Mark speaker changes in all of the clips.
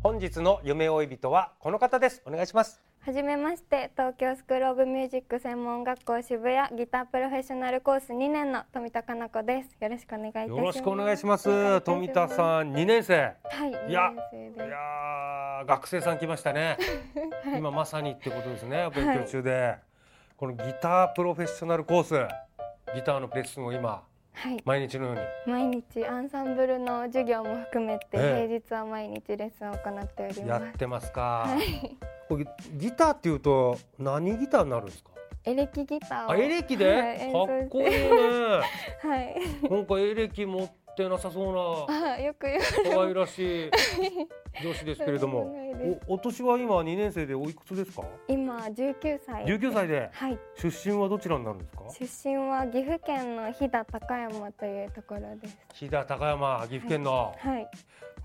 Speaker 1: 本日の夢追い人はこの方ですお願いします
Speaker 2: はじめまして東京スクール・オブ・ミュージック専門学校渋谷ギタープロフェッショナルコース2年の富田加奈子ですよろしくお願いいたします
Speaker 1: よろしくお願いします富田
Speaker 2: ん
Speaker 1: さん2年生
Speaker 2: はい
Speaker 1: いや
Speaker 2: 2年生
Speaker 1: い
Speaker 2: で
Speaker 1: やー学生さん来ましたね、今まさにってことですね勉強中で、このギタープロフェッショナルコースギターのレッスンを今
Speaker 2: すはい
Speaker 1: 毎日のように
Speaker 2: 毎日アンサンブルの授業も含めて
Speaker 1: ええ
Speaker 2: 平日は毎日レッスンを行っており
Speaker 1: や
Speaker 2: ます
Speaker 1: ってますか。これギターっていうと何ギターになるんですか。
Speaker 2: エレキギターを
Speaker 1: あエレキで、
Speaker 2: はい
Speaker 1: か
Speaker 2: 演奏
Speaker 1: っ
Speaker 2: し
Speaker 1: こいい
Speaker 2: て
Speaker 1: ね。
Speaker 2: は い
Speaker 1: なんかエレキ持ってなさそうな
Speaker 2: あよく言わ
Speaker 1: 可愛らしい女子ですけれども
Speaker 2: そうなんで。
Speaker 1: おお年は今二年生でおいくつですか。
Speaker 2: 今19歳
Speaker 1: 19歳で
Speaker 2: はい
Speaker 1: 出身はどちらになるんですか。
Speaker 2: 出身は岐阜県の飛騨高山というところです
Speaker 1: 飛騨高山岐阜県の、
Speaker 2: はい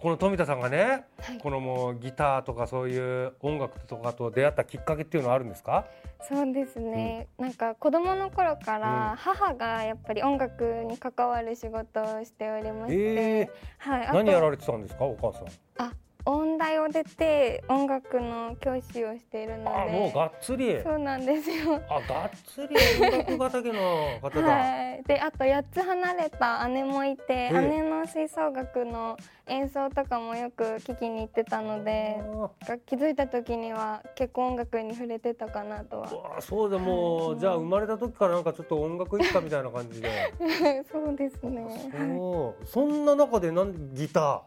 Speaker 1: この富田さんがね、
Speaker 2: はい
Speaker 1: このもうギターとかそういう音楽とかと出会ったきっかけっていうのはあるんですか。
Speaker 2: そうですね、なんか子供の頃か
Speaker 1: うん
Speaker 2: ら母がやっぱり音楽に関わる仕事をしておりまして、
Speaker 1: え
Speaker 2: はい、
Speaker 1: え
Speaker 2: あ
Speaker 1: 何や
Speaker 2: と
Speaker 1: られてたんですかお母さん。
Speaker 2: 音大を出て音楽の教師をしているの
Speaker 1: あ
Speaker 2: で
Speaker 1: もうがっつり。
Speaker 2: そうなんですよ。
Speaker 1: あ、がっつり音楽畑の方だ。
Speaker 2: はい、であと8つ離れた姉もいて、
Speaker 1: え
Speaker 2: 姉の吹奏楽の演奏とかもよく聞きに行ってたので
Speaker 1: あ
Speaker 2: が気づいた時には結構音楽に触れてたかなとは
Speaker 1: ーうわそうだもう、
Speaker 2: はい
Speaker 1: じゃあ生まれた時からなんかちょっと音楽一家みたいな感じで
Speaker 2: そうですね。はい
Speaker 1: そうそんな中でなんギタ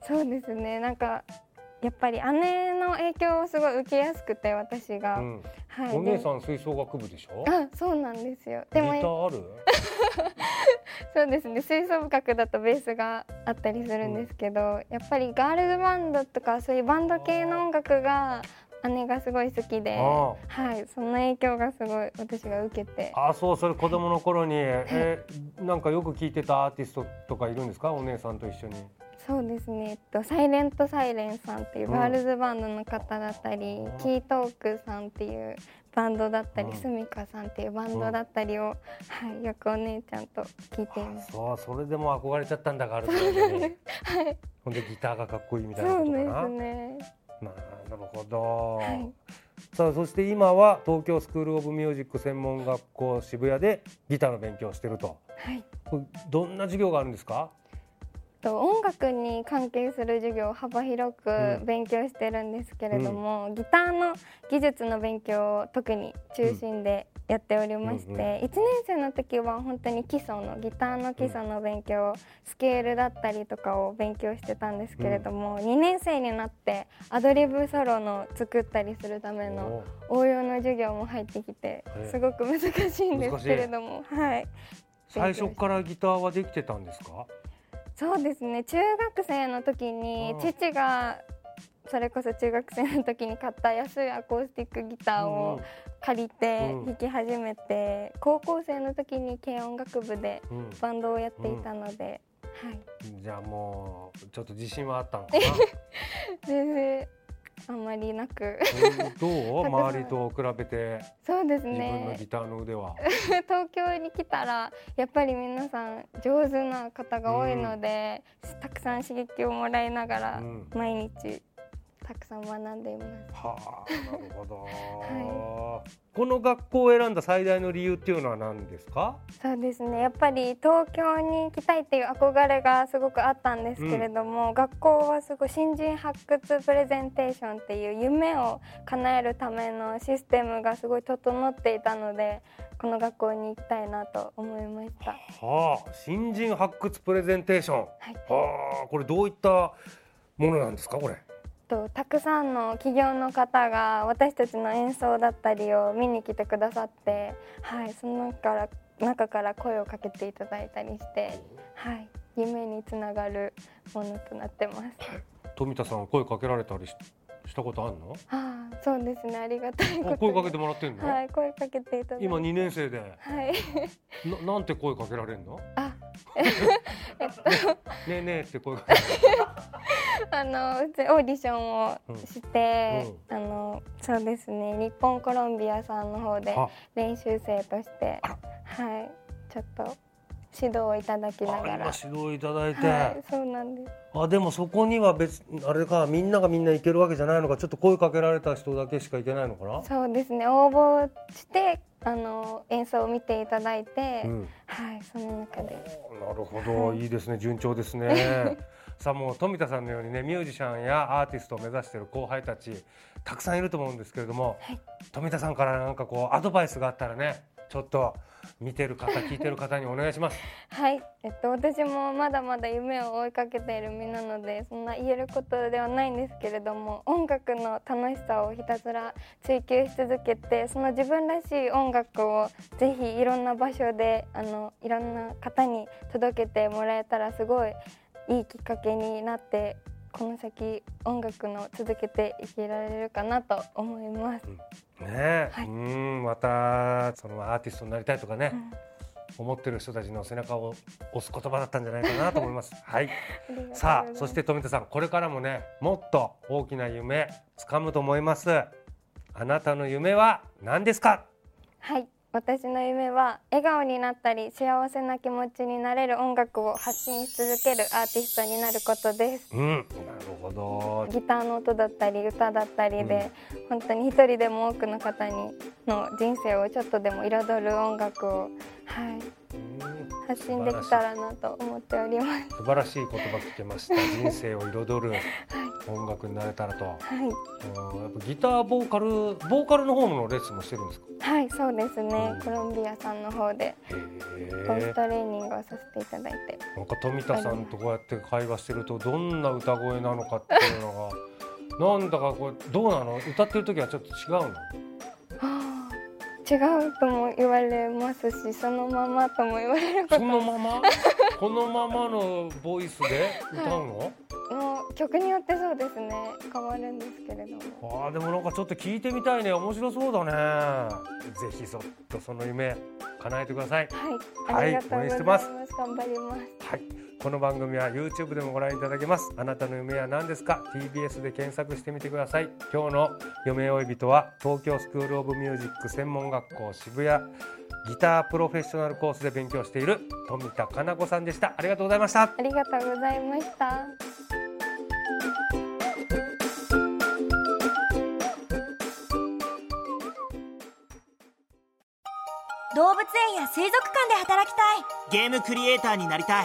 Speaker 2: そうですねなんかやっぱり姉の影響をすごい受けやすくて私が、
Speaker 1: ー、うん、
Speaker 2: はい
Speaker 1: お姉さ
Speaker 2: ん
Speaker 1: ん吹奏楽部でしょギ
Speaker 2: あそうなんですよ
Speaker 1: タ
Speaker 2: でもや
Speaker 1: ーある
Speaker 2: そうですね吹奏楽だとベースがあったりするんですけど、やっぱりガールズバンドとかそういうバンド系の音楽が姉がすごい好きで
Speaker 1: あー
Speaker 2: はいその影響がすごい私が受けて
Speaker 1: あそうそれ子供の頃に、えなんかよく聴いてたアーティストとかいるんですかお姉さんと一緒に
Speaker 2: そうですね、えっと、サイレントサイレンさんっていう
Speaker 1: うん
Speaker 2: ガールズバンドの方だったり、
Speaker 1: あー
Speaker 2: キートークさんっていうバンドだった
Speaker 1: う
Speaker 2: り、
Speaker 1: ん
Speaker 2: スミカさんっていうバンドだったりを、はい、よくお姉ちゃんと聞いていま
Speaker 1: あ
Speaker 2: す。
Speaker 1: そうそれでもう憧れちゃったんだガールズバンドに、 ほんでギターがかっこいいみたいな
Speaker 2: そ
Speaker 1: こ
Speaker 2: う
Speaker 1: とか
Speaker 2: で
Speaker 1: な
Speaker 2: すね。
Speaker 1: なるほど、
Speaker 2: はい
Speaker 1: さあそして今は東京スクール・オブ・ミュージック専門学校渋谷でギターの勉強をしてると
Speaker 2: はい。
Speaker 1: これどんな授業があるんですか
Speaker 2: と音楽に関係する授業を幅広
Speaker 1: う
Speaker 2: く
Speaker 1: ん
Speaker 2: 勉強してるんですけれども、ギターの技術の勉強を特に中心でやっておりまして、
Speaker 1: うんうん
Speaker 2: 1年生の時は本当に基礎のギターの基礎の勉強、スケールだったりとかを勉強してたんですけれども、2年生になってアドリブソロの作ったりするための応用の授業も入ってきて
Speaker 1: え
Speaker 2: すごく難しいんですけれども。はい
Speaker 1: 最初からギターはできてたんですか
Speaker 2: そうですね中学生の時に
Speaker 1: うん
Speaker 2: 父がそれこそ中学生の時に買った安いアコースティックギターを借りて
Speaker 1: うん
Speaker 2: 弾き始めて、高校生の時に軽音楽部で
Speaker 1: うんうん
Speaker 2: バンドをやっていたので、はい
Speaker 1: うんじゃあもうちょっと自信はあったの かな
Speaker 2: 全然あんまりなく
Speaker 1: うんどう
Speaker 2: たくさん
Speaker 1: 周りと比べて
Speaker 2: そうです
Speaker 1: 自分の
Speaker 2: ね
Speaker 1: ギターの腕は、
Speaker 2: 東京に来たらやっぱり皆さん上手な方が多いので、たくさん刺激をもらいながら
Speaker 1: うん
Speaker 2: 毎日たくさん学んでいます
Speaker 1: はあ、なるほど、この学校を選んだ最大の理由っていうのは何ですか？
Speaker 2: そうですねやっぱり東京に行きたいっていう憧れがすごくあったんですけれども、学校はすごい新人発掘プレゼンテーションっていう夢を叶えるためのシステムがすごい整っていたのでこの学校に行きたいなと思いました、
Speaker 1: はあ、新人発掘プレゼンテーション。
Speaker 2: はい
Speaker 1: はあ、これどういったものなんですか？これ。
Speaker 2: とたくさんの企業の方が私たちの演奏だったりを見に来てくださって、はい、その中から中から声をかけていただいたりして、はい、夢につながるものとなってます。
Speaker 1: 富田さん声かけられたりししたことあるの？
Speaker 2: ああ、そうですね、ありがたいこと
Speaker 1: あ
Speaker 2: に。
Speaker 1: 声かけてもらってんの？
Speaker 2: はい、声かけていただいて。
Speaker 1: 今二年生で
Speaker 2: はい、
Speaker 1: ななんて声かけられるの？
Speaker 2: あ、えっと、
Speaker 1: ねえねえって声かけられる。
Speaker 2: あの、うちオーディションをして、
Speaker 1: う
Speaker 2: あの、そうですね、日本コロンビアさんの方で。
Speaker 1: あ
Speaker 2: 練習生として
Speaker 1: あら
Speaker 2: はいちょっと指導をいただきな
Speaker 1: あ
Speaker 2: がら
Speaker 1: 今指導いただいて、
Speaker 2: はいそうなんです
Speaker 1: あでもそこには別あれかみんながみんな行けるわけじゃないのかちょっと声かけられた人だけしか行けないのかな
Speaker 2: そうですね応募してあの演奏を見ていただいて、
Speaker 1: うん、
Speaker 2: はいその中で
Speaker 1: なるほど、いいですね、順調です ね。さあもう富田さんのようにねミュージシャンやアーティストを目指している後輩たちたくさんいると思うんですけれども、
Speaker 2: はい
Speaker 1: 富田さんからなんかこうアドバイスがあったらねちょっと見てる方聞いてる方にお願いします。
Speaker 2: はいえっと私もまだまだ夢を追いかけている身なのでそんな言えることではないんですけれども音楽の楽しさをひたすら追求し続けてその自分らしい音楽をぜひいろんな場所であのいろんな方に届けてもらえたらすごいいいきっかけになってこの先音楽の続けていけられるかなと思います。
Speaker 1: ねえ、
Speaker 2: はい
Speaker 1: うんまたそのアーティストになりたいとかね、
Speaker 2: うん
Speaker 1: 思ってる人たちの背中を押す言葉だったんじゃないかなと思います。はい
Speaker 2: りがとうございます
Speaker 1: さあそして富田さんこれからもねもっと大きな夢掴むと思いますあなたの夢は何ですか
Speaker 2: はい私の夢は笑顔になったり幸せな気持ちになれる音楽を発信し続けるアーティストになることです
Speaker 1: うんなるほど
Speaker 2: ギターの音だったり歌だったりで、本当に一人でも多くの方にの人生をちょっとでも彩る音楽を、はい、
Speaker 1: うん
Speaker 2: 発信できたらなと思っております
Speaker 1: 素晴らしい言葉聞けました人生を彩 る音楽になれたらと
Speaker 2: はい、
Speaker 1: うんやっぱギターボーカルボーカルの方のレッスンもしてるんですか
Speaker 2: はい、そうですね
Speaker 1: うん
Speaker 2: コロンビアさんの方でボイ
Speaker 1: へ
Speaker 2: ストレーニングをさせていただいて
Speaker 1: えなんか富田さんとこうやって会話してるとどんな歌声なのかっていうのがなんだかこれどうなの歌ってる時はちょっと違うの
Speaker 2: はあ違うとも言われますしそのままとも言われること
Speaker 1: そ
Speaker 2: も
Speaker 1: のままこのままのボイスで歌うの、
Speaker 2: もう曲によってそうですね変わるんですけれども
Speaker 1: ああでもなんかちょっと聞いてみたいね面白そうだねぜひそっとその夢叶えてください
Speaker 2: は
Speaker 1: はいい
Speaker 2: ありがとうござ
Speaker 1: 応援
Speaker 2: い
Speaker 1: してま
Speaker 2: ますす頑張ります
Speaker 1: はいこの番組は YouTube でもご覧いただけますあなたの夢は何ですか TBS で検索してみてください今日の夢追い人は東京スクールオブミュージック専門学校渋谷ギタープロフェッショナルコースで勉強している富田かな子さんでしたありがとうございました
Speaker 2: ありがとうございました
Speaker 3: 動物園や水族館で働きたい
Speaker 4: ゲームクリエイターになりたい